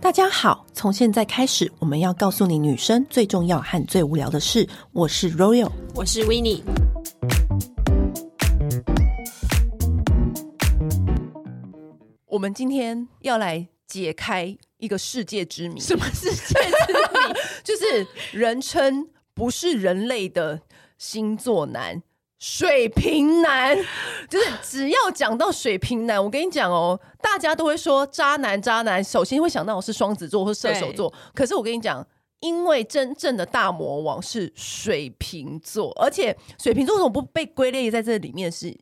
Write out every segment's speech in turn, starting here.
大家好，从现在开始，我们要告诉你女生最重要和最无聊的事。我是 Royal，我是 w i n n i e 我们今天要来解开一个世界之谜，什么世界之谜？ 就是人称不是人类的星座男。水瓶男，就是只要讲到水瓶男，我跟你讲哦，大家都会说渣男渣男，首先会想到我是双子座或射手座。可是我跟你讲，因为真正的大魔王是水瓶座，而且水瓶座为什么不被归类在这里面是？是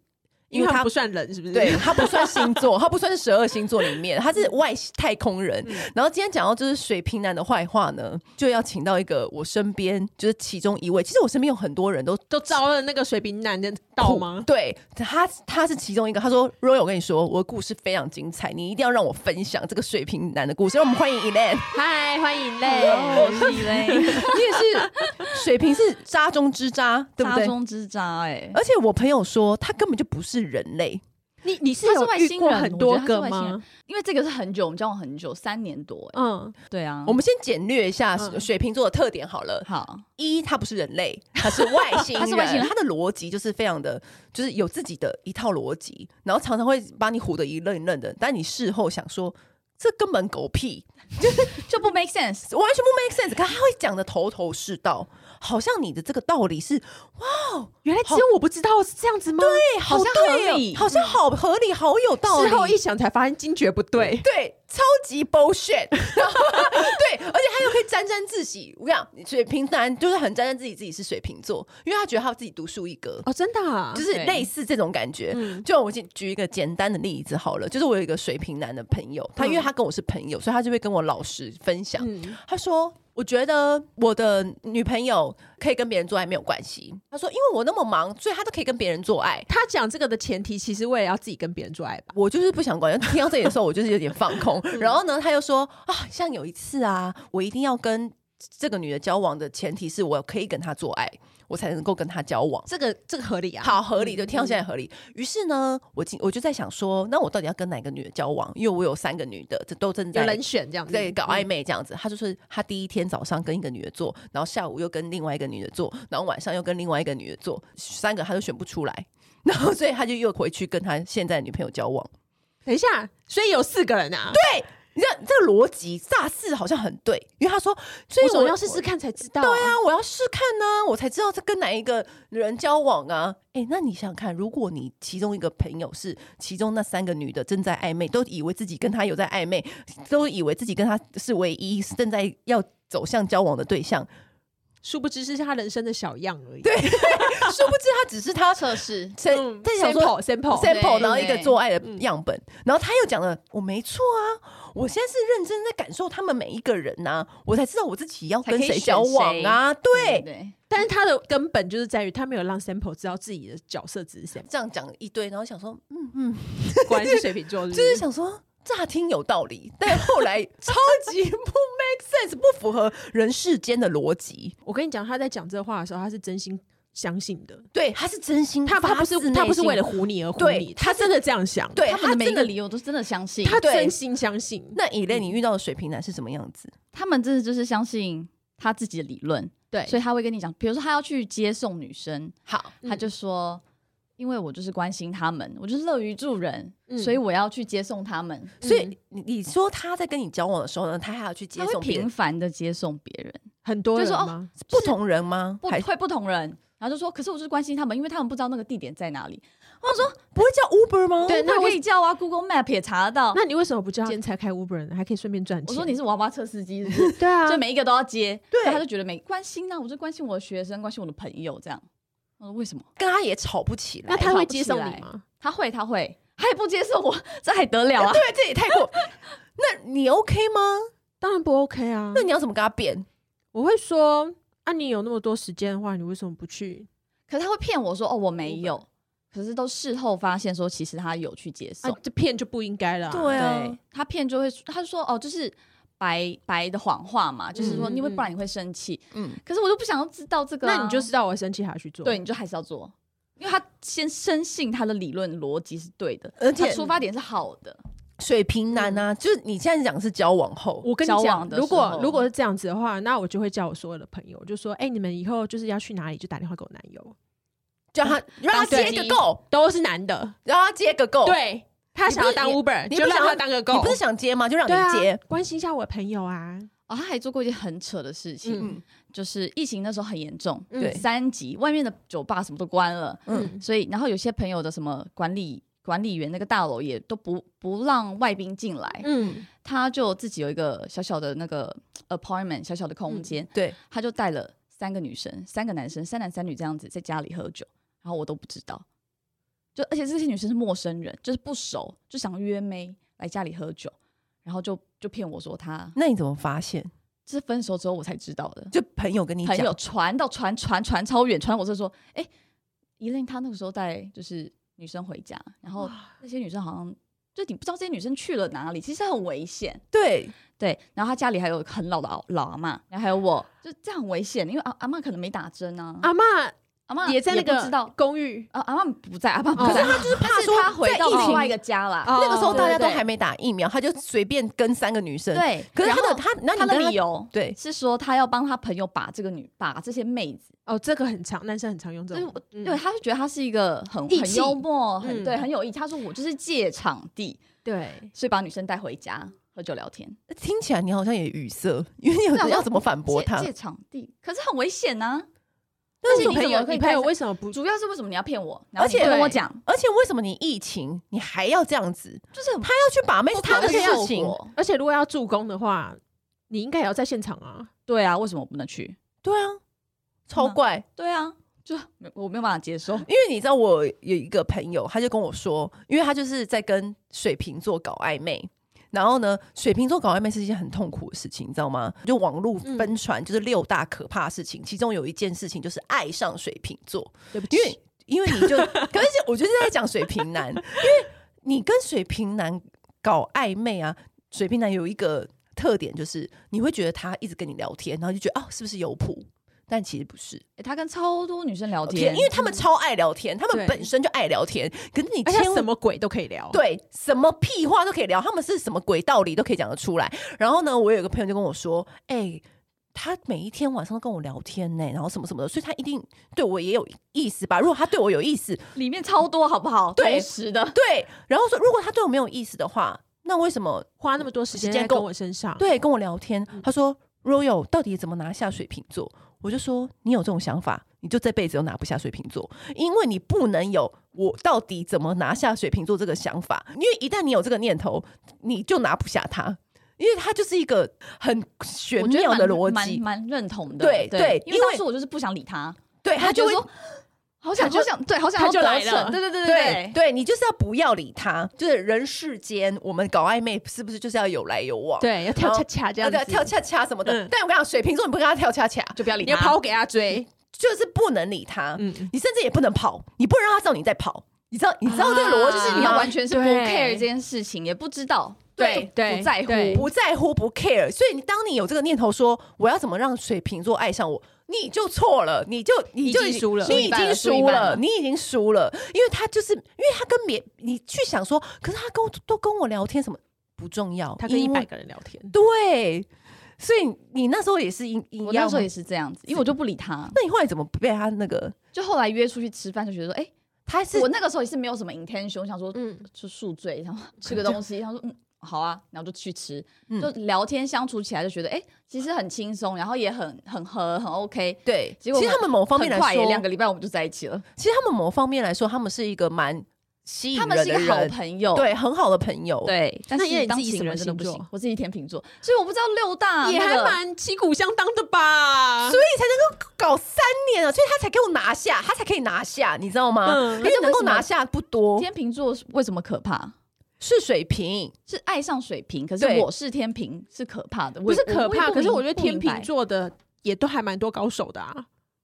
因为他不算人，是不是？ 对，他不算星座，他不算是十二星座里面，他是外太空人。嗯、然后今天讲到就是水瓶男的坏话呢，就要请到一个我身边就是其中一位，其实我身边有很多人都都招了那个水瓶男的道吗？对，他他是其中一个。他说：“Roy，我跟你说，我的故事非常精彩，你一定要让我分享这个水瓶男的故事。”让我们欢迎 Elaine。嗨，欢迎 Elaine，我是 Elaine。你也是水瓶是渣中之渣，对不对？渣中之渣、欸，哎，而且我朋友说他根本就不是。人类， 你你是有遇过很多个吗？哦因为这个是很久，我们交往很久，三年多、欸。嗯，对啊。我们先简略一下水瓶座的特点好了。好、嗯，一，他不是人类，他是外 星人，他是外星人，他的逻辑就是非常的，就是有自己的一套逻辑，然后常常会把你唬得一愣一愣的，但你事后想说。这根本狗屁，就是就不 make sense，完全不 make sense。可他会讲的头头是道，好像你的这个道理是哇，原来只有我不知道是这样子吗？对，好像合理，好像好合理，好有道理。事后一想才发现惊觉不对，对，超级 bullshit。对，而且他又可以沾沾自喜。我跟你讲，水瓶男就是很沾沾自己自己是水瓶座，因为他觉得他自己独树一格。哦，真的、啊，就是类似这种感觉。就我先举一个简单的例子好了，就是我有一个水瓶男的朋友，他因为他。跟我是朋友，所以他就会跟我老实分享。嗯、他说：“我觉得我的女朋友可以跟别人做爱没有关系。”他说：“因为我那么忙，所以他都可以跟别人做爱。”他讲这个的前提，其实为了要自己跟别人做爱吧。我就是不想管。听到这里的时候，我就是有点放空。然后呢，他又说：“啊，像有一次啊，我一定要跟这个女的交往的前提是我可以跟她做爱。”我才能够跟他交往，这个这个合理啊，好合理，就听到现在合理。于、嗯、是呢，我今我就在想说，那我到底要跟哪个女的交往？因为我有三个女的，这都正在人选这样子，对，搞暧昧这样子。嗯、他就是他第一天早上跟一个女的做，然后下午又跟另外一个女的做，然后晚上又跟另外一个女的做，三个他都选不出来， 然后所以他就又回去跟他现在女朋友交往。等一下，所以有四个人啊？对。你知道这个逻辑乍似好像很对，因为他说，所以我要试试看才知道、啊。对啊，我要试看呢、啊，我才知道这跟哪一个人交往啊。哎、欸，那你想想看，如果你其中一个朋友是其中那三个女的正在暧昧，都以为自己跟他有在暧昧，都以为自己跟他是唯一正在要走向交往的对象。殊不知是他人生的小样而已。对，殊不知他只是 他测试，在嗯在想说 sample sample，然后一个做爱的样本。然后他又讲了，我没错啊，我现在是认真在感受他们每一个人呐，我才知道我自己要跟谁交往啊。嗯对，但是他的根本就是在于他没有让 sample 知道自己的角色 只是谁。这样讲一堆，然后想说，嗯嗯，果然是水瓶座，就是想说。乍听有道理，但后 来超级不 make sense，不符合人世间的逻辑。我跟你讲，他在讲这话的时候，他是真心相信的。对，他是真心，他他不是他不是为了唬你而唬你，他真的这样想。对，他们的每一个理由都是真的相信，他真心相信。那以类，你遇到的水瓶男是什么样子？嗯、他们真的就是相信他自己的理论，对，所以他会跟你讲，比如说他要去接送女生，好，嗯、他就说。因为我就是关心他们，我就是乐于助人，嗯、所以我要去接送他们。嗯、所以你你说他在跟你交往的时候呢，他还要去接送，频繁的接送别人，很多人就说哦，不同人吗？不会不同人，然后就说，可是我就是关心他们，因为他们不知道那个地点在哪里。我说不会叫 Uber 吗？对，那可以叫啊，Google Map 也查得哦到。那你为什么不叫？今天才开 Uber 呢，还可以顺便赚钱。我说你是娃娃车司机，是不是？ 对啊，就每一个都要接。对，他就觉得没关心呢、啊，我就关心我的学生，关心我的朋友这样。为什么跟他也吵不起来？那他会接受你吗？他会，他会，他也不接受我，这还得 了啊？对，这也太过。那你 OK 吗？当然不 OK 啊。那你要怎么跟他辩？我会说，啊，你有那么多时间的话，你为什么不去？可是他会骗我说，哦，我没有。可是都事后发现说，其实他有去接受。啊这骗就不应该了。对啊，他骗就会，他说，哦，就是。白白的谎话嘛，就是说，因为不然你会生气。嗯，可是我就不想要知道这个、啊。嗯那你就知道我生气还要去做，对，你就还是要做，因为他先深信他的理论逻辑是对的，而且出发点是好的。水瓶男啊，就是你现在讲是交往后，我跟你交讲往，的如时果候如果是这样子的话，那我就会叫我所有的朋友，我就说，哎、你们以后就是要去哪里，就打电话给我男友，叫嗯他让他接个够，都是男的，让他接个够。，对他想要当哦你 Uber，你就不让想他要当个狗，你不是想接吗？就让对你接啊。，关心一下我的朋友啊，哦，他还做过一件很扯的事情，嗯，就是疫情那时候很严重，嗯对三级外面的酒吧什么都关了，嗯嗯，所以然后有些朋友的什么管理管理员那个大楼也都不不让外宾进来，嗯，他就自己有一个小小的那个 apartment 小小的嗯空间，对，他就带了三个女生、三个男生、三男三女这样子在家里喝酒，然后我都不知道，就而且这些女生是陌生人，就是不熟，就想约妹来家里喝酒，然后就就骗我说他那你怎么发现？这是分手之后我才知道的，就朋友跟你朋友讲，传到传传传超远，传我是说，哎、一令她那个时候带就是女生回家，然后那些女生好像就你不知道这些女生去了哪里，其实很危险。对，对，然后她家里还有很老的老老阿妈，然后还有我，就这样很危险，因为阿阿妈可能没打针啊，阿妈阿妈也在那不知个道。公寓，啊，阿妈不在，阿妈不哦在，可他就是怕说他回在到疫另情外一个家啦。哦那个时候大家都对对还没打疫苗，他就随便跟三个女生。，对，可是然他的后他，那他你的跟理由对，是说他要帮他朋友把这个女把这些妹子，哦，这个很常，男生很常用这就是种我，嗯对，他就觉得他是一个很义很气幽默，很嗯对，很有意。他说我就是借场地，对，所以把女生带回家喝酒聊天。听起来你好像也语塞， 因为你有对啊要怎么反驳借他？借场地，可是很危险呐。但是是你你朋朋友友，可以你朋友带为什么不？主要是为什么你要骗我？然后而你且不跟我讲，而且为什么你疫情你还要这样子？就是很他要去把妹不是可他的能的事效情，果而且如果要助攻的话，你应该也要在现场啊。对啊，为什么我不能去？对啊，超怪。对啊，就没我没有办法接受。因为你知道，我有一个朋友，他就跟我说，因为他就是在跟水瓶座搞暧昧。然后呢，水瓶座搞暧昧是一件很痛苦的事情，你知道吗？就网络分传就是六大可怕的事情，其中有一件事情就是爱上水瓶座，对不起因，为因为你就，可是我就是在讲水瓶男，因为你跟水瓶男搞暧昧啊，水瓶男有一个特点就是你会觉得他一直跟你聊天，然后就觉得哦是不是有谱，但其实不是，诶 他跟超多女生聊天，天，因为他们超爱聊天，他们嗯对本身就爱聊天。可是你而且千什万么鬼都可以聊。，对什么屁话都可以聊，他们是什么鬼道理都可以讲得出来。然后呢，我有一个朋友就跟我说，哎、他每一天晚上都跟我聊天呢、然后什么什么的，所以他一定对我也有意思吧？如果他对我有意思，里面超多，好不好？对同时的，对，然后说如果他对我没有意思的话，那为什么花那么多时间时间在够跟我身上，对跟我聊天？嗯他说 Royal 到底怎么拿下水瓶座？我就说你有这种想法，你就这辈子都拿不下水瓶座，因为你不能有我到底怎么拿下水瓶座这个想法，因为一旦你有这个念头，你就拿不下它，因为它就是一个很玄我觉得妙蛮的逻蛮辑，蛮认同的。对对因因为为当时我就是不想理他，对，它他就就会会说好想他就好想，对，好想他要就得来逞了对对对对对。对，你就是要不要理他，就是人世间我们搞暧昧是不是就是要有来有往？对，要跳恰恰这啊哦样子对啊，，跳恰恰什么的。嗯但我跟你讲，水瓶座你不跟他跳恰恰，就不要理你要他，抛给他追。就是不能理他，嗯，你甚至也不能跑，你不能让他知道你在跑。你知道，你知道这个逻辑就是是你你要要完完全全是不对 care 这件事情，也不知道，对就对不在乎，对不在乎、不 care。所以，你当你有这个念头说我要怎么让水瓶座爱上我，你就错了，你就你就已经输了你已经输一输半了了，你已经输了，因为他就是因为他跟别你去想说，可是他跟我都跟我聊天什么不重要，他跟一因为百个人聊天，对，所以你那时候也是一一我那样时候吗。也是这样子，因为我就不理他。那你后来怎么被他那个？就后来约出去吃饭，就觉得说，哎、他是我那个时候也是没有什么 intention，我想说嗯，就宿醉，然后 吃个东西，然后说嗯好啊，然后就去吃，嗯就聊天相处起来就觉得哎、诶其实很轻松，然后也很很合，很 OK。对，结果其实他们某方面来很快也说，两个礼拜我们就在一起了，其实他们某方面来说，他们是一个蛮吸引他人们的是一个好人，朋友，对，很好的朋友。，对。但那因为是你当自己情什么人真的不星行座，我自己天秤座，所以我不知道六大也那还个蛮旗鼓相当的吧？所以才能够搞三年啊，所以他才给我拿下，他才可以拿下，你知道吗？嗯因为能够拿下不多，天秤座是为什么可怕？是水平。是爱上水瓶，可是对我是天秤，是可怕的，我不也是可怕，可是我觉得不明天白秤座的也都还蛮多高手的啊。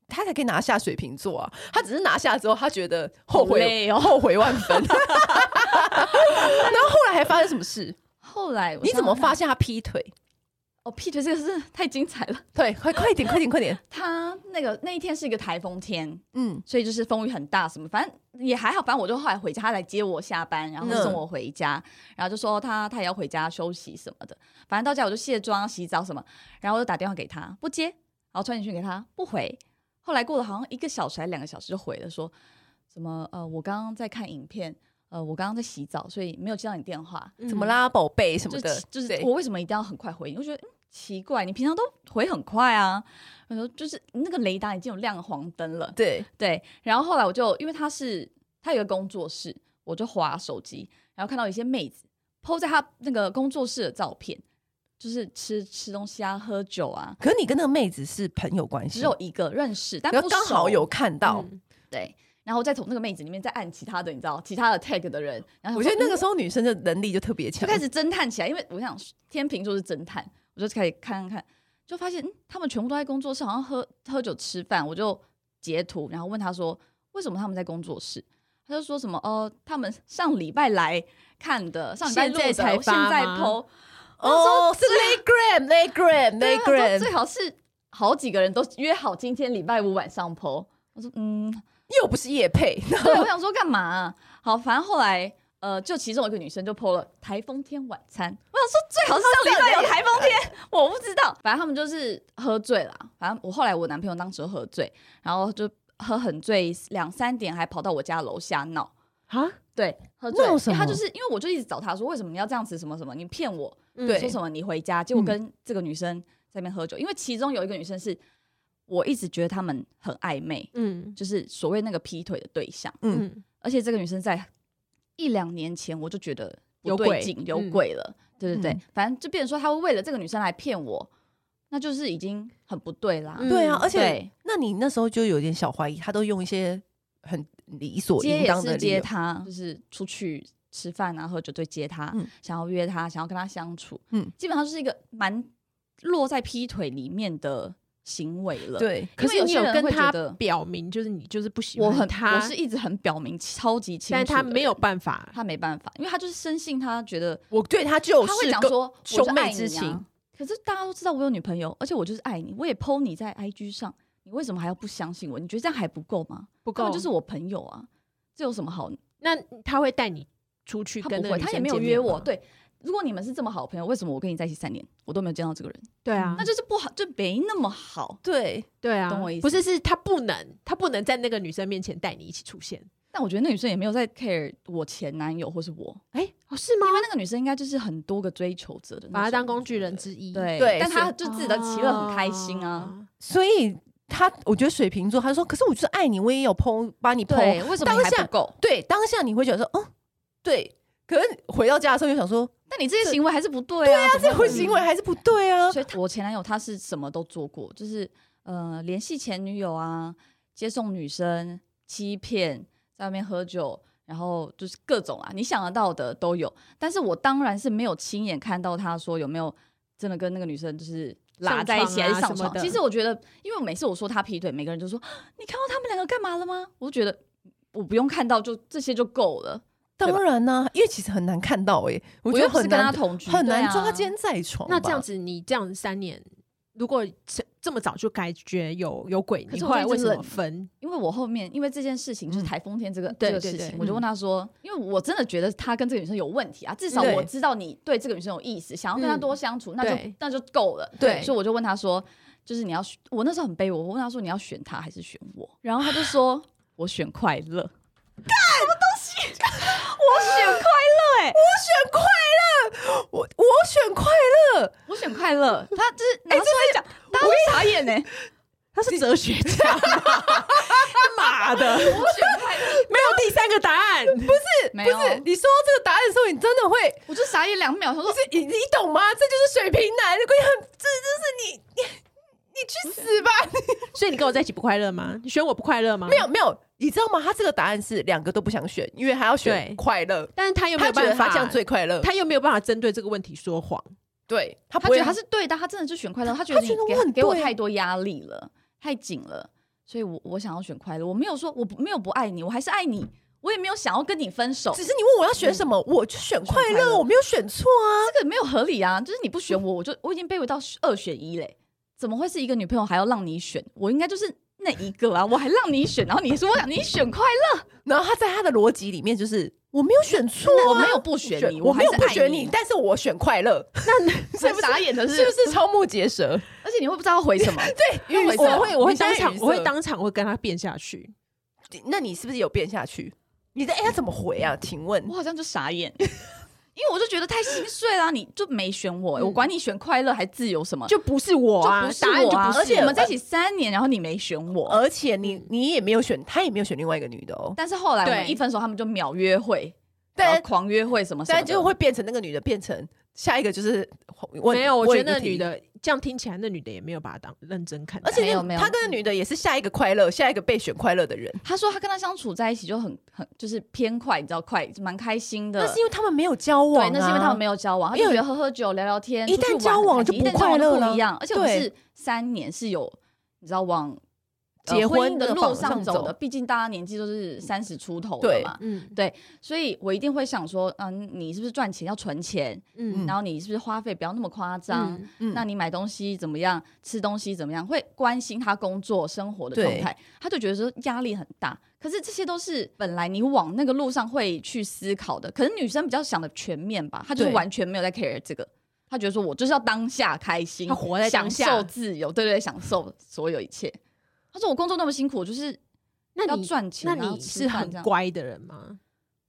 他才可以拿下水瓶座啊！他只是拿下之后，他觉得后好悔，累哦 后悔万分。 然后后来还发生什么事？后来我你怎么想想看发现他劈腿？哦哦，Peter 这个是太精彩了。对，快快点，快点，快点，他那个那一天是一个台风天，嗯，所以就是风雨很大，什么反正也还好，反正我就后来回家，他来接我下班，然后嗯送我回家，然后就说他他也要回家休息什么的，反正到家我就卸妆、洗澡什么，然后我就打电话给他不接，然后传简讯给他不回，后来过了好像一个小时还两个小时就回了说，什么呃我刚刚在看影片，呃我刚刚在洗澡，所以没有接到你电话，怎么？啦，宝贝什么嗯就的是，就是对我为什么一定要很快回应？我觉得、嗯、奇怪，你平常都回很快啊。我说就是那个雷达已经有亮黄灯了，对，对。然后后来我就因为他是他有一个工作室，我就划手机，然后看到一些妹子 PO 在他那个工作室的照片，就是吃吃东西啊、喝酒啊，可你跟那个妹子是朋友关系，只有一个认识，但然不后刚好熟有看到，嗯对。然后再从那个妹子里面再按其他的，你知道其他的 tag 的人，然 后我觉得说那嗯个时候女生的能力就特别强，就开始侦探起来，因为我想天秤座是侦探，我就开始看看看，就发现、嗯、他们全部都在工作室，好像喝喝酒吃饭，我就截图，然后问他说为什么他们在工作室。他就说什么哦，他们上礼拜来看 的，上礼拜现录在的，才现发在吗 PO，哦，是 Laygram Laygram 对，啊我想说 Laygram，最好是好几个人都约好今天礼拜五晚上 PO。我说嗯，又不是叶配， 对，我想说干嘛啊、好，反正后来呃，就其中一个女生就 PO 了台风天晚餐。我想说最好是上礼拜有台风天， 我不知道。反正他们就是喝醉了，反正我后来我男朋友当时喝醉，然后就喝很醉，两三点还跑到我家楼下闹。啊，对，喝醉，闹什因为他么就是因为我就一直找他说，为什么你要这样子，什么什么，你骗我，对嗯嗯说什么你回家，结果跟这个女生在那边喝酒，因为其中有一个女生是我一直觉得他们很暧昧，嗯就是所谓那个劈腿的对象。嗯嗯，而且这个女生在一两年前我就觉得不有对鬼劲，有嗯鬼了，对对对，嗯反正就变成说他会为了这个女生来骗我，那就是已经很不对啦。嗯对啊，而且对，那你那时候就有点小怀疑，他都用一些很理所接应也当的是理接由，他，就是出去吃饭啊、喝酒对接他，嗯想要约他，想要跟他相处，嗯基本上就是一个蛮落在劈腿里面的行为了。，对，可是你有跟他因为有些人会觉得表明，就是你就是不喜我欢很他，我是一直很表明超级清楚但的，他没有办法，他没办法，因为他就是深信他觉得我对他就他会是讲个说我就兄妹爱你之情啊。可是大家都知道我有女朋友，而且我就是爱你，我也 PO 你在 IG 上，你为什么还要不相信我？你觉得这样还不够吗？不根够，本就是我朋友啊，这有什么好？那他会带你出去他跟不那个会，女他生也没有见面约吗我。，对，如果你们是这么好的朋友，为什么我跟你在一起三年，我都没有见到这个人？对啊，那就是不好，就没那么好。对，对啊，懂我意思不是，是他不能，他不能在那个女生面前带你一起出现。但我觉得那女生也没有在 care 我前男友或是我，哎、哦，是吗因？为那个女生应该就是很多个追求者的那种，把他当工具人之一，，嗯对对但所以她就自得其乐，很开心哦啊。。所以他我觉得水瓶座，他说，可是我就是爱你，我也有碰把你碰，对，为什么你当下还不够？对，当下你会觉得说，哦，对，可是回到家的时候又想说，但你这些行为还是不对啊！这回回行为还是不对啊，所以我前男友他是什么都做过，就是呃联系前女友啊，接送女生，欺骗，在外面喝酒，然后就是各种啊，你想得到的都有。但是我当然是没有亲眼看到他说有没有真的跟那个女生就是。拉在一起还是 上上床床？啊什么的其实我觉得，因为我每次我说他劈腿，每个人就说你看到他们两个干嘛了吗？我就觉得我不用看到，就这些就够了。对吧当然呢、因为其实很难看到诶、欸我我觉又得不是很跟他难同居，很对难啊抓奸在床吧。哦那这样子，你这样三年，如果这这么早就感觉有有鬼，可你是我后来就一为直什么忍分？因为我后面因为这件事情就是嗯台风天这个、对这个对事情，对我就问他说，因为我真的觉得他跟这个女生有问题啊，至少对我知道你对这个女生有意思，想要跟她多相处，那就对那就够了。对所以我就问他说，就是你要选我那时候很卑微，我问他说你要选他还是选我，然后他就说我选快乐，干什么东西？我我选快乐，我选快乐，我选快乐，他就是拿出来讲，大家都傻眼呢、他是哲学家吗， 妈的，没我选快乐，有第三个答 案，没不有，是你说到这个答案的时候，你真的会，我就傻眼两秒，他说不是你你懂吗？这就是水瓶男，跟你讲，这就是你你你去死吧！所以你跟我在一起不快乐吗？你选我不快乐吗？没有，没有，你知道吗？他这个答案是两个都不想选，因为还要选对快乐，但是他又没他有觉得办法他这样最快乐，他又没有办法针对这个问题说谎。对他他不会，觉得他是对的，他真的就选快乐，他觉得他你觉得给我很给我对太多压力了，太紧了，所以我我想要选快乐。我没有说我不没有不爱你，我还是爱你，我也没有想要跟你分手，只是你问我要选什么，我就选快快乐，乐我没有选错啊。这个没有合理啊！就是你不选我，我就我已经卑微到二选一嘞，怎么会是一个女朋友还要让你选？我应该就是那一个啊，我还让你选，然后你说我想你选快乐，然后他在他的逻辑里面就是我没有选错、啊，我没有不选你，我还没是有不爱选你，，但是我选快乐，很傻眼的 是不是，是瞠目结舌？而且你会不知道回什么， 对，因为语塞我会我会你现在当场语塞我会当场会跟他变下去，那你是不是有变下去？你的哎，他怎么回啊？请问我好像就傻眼，因为我就觉得太心碎啦，你就没选我，我管你选快乐还自由什么，就不是我就啊，不是答案我就啊，不而且是我们在一起三年，然后你没选我，而且嗯你你也没有选，他也没有选另外一个女的哦，但是后来我们对一分手，他们就秒约会，然后但狂约会什么什么但的，就会变成那个女的变成下一个就是问没有，我觉问得那题女。的这样听起来，那女的也没有把他当认真看待，而啊且没有没有嗯他跟那女的也是下一个快乐，下一个被选快乐的人。他说他跟他相处在一起就很很就是偏快，你知道快，就蛮开心的。那是因为他们没有交往、对啊，，那是因为他们没有交往，他因就为觉得喝喝酒、聊聊天，一出去旦玩交往就很开心不一旦交快往乐就不了一样。而且我们对是三年是有，你知道往呃结婚婚姻的的路方上向走走的，毕竟大家年纪都是三十出头的对嘛，嗯所以我一定会想说，嗯，你是不是赚钱要存钱，嗯然后你是不是花费不要那么夸张，嗯嗯那你买东西怎么样？吃东西怎么样？会关心他工作生活的状对态，他就觉得说压力很大。可是这些都是本来你往那个路上会去思考的，可是女生比较想的全面吧，她就是对完全没有在 care 这个，她觉得说我就是要当下开心，她活在当下享受自由，对对对，享受所有一切。她说我工作那么辛苦，我就是那要你赚钱那啊，然后你吃是饭很这样，乖的人吗？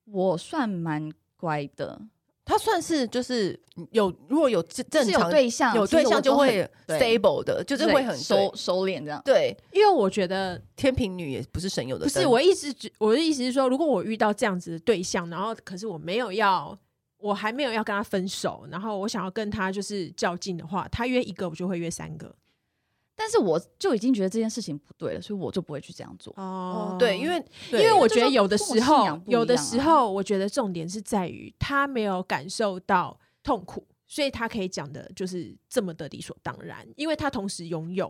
我算蛮乖的，他算是就是有如果有正正是有常对象，有其实对我象都就会很对 stable 的，就是会很收收敛这样。对。因为我觉得天平女也不是省油的不灯，是，我意思只，我的意思是说，如果我遇到这样子的对象，然后可是我没有要，我还没有要跟他分手，然后我想要跟他就是较劲的话，他约一个我就会约三个但是我就已经觉得这件事情不对了，所以我就不会去这样做。哦哦，对，因为因对为我就觉得是有的跟我时信候，仰不一有的样时啊候，我觉得重点是在于他没有感受到痛苦，所以他可以讲的就是这么的理所当然，因为他同时拥有，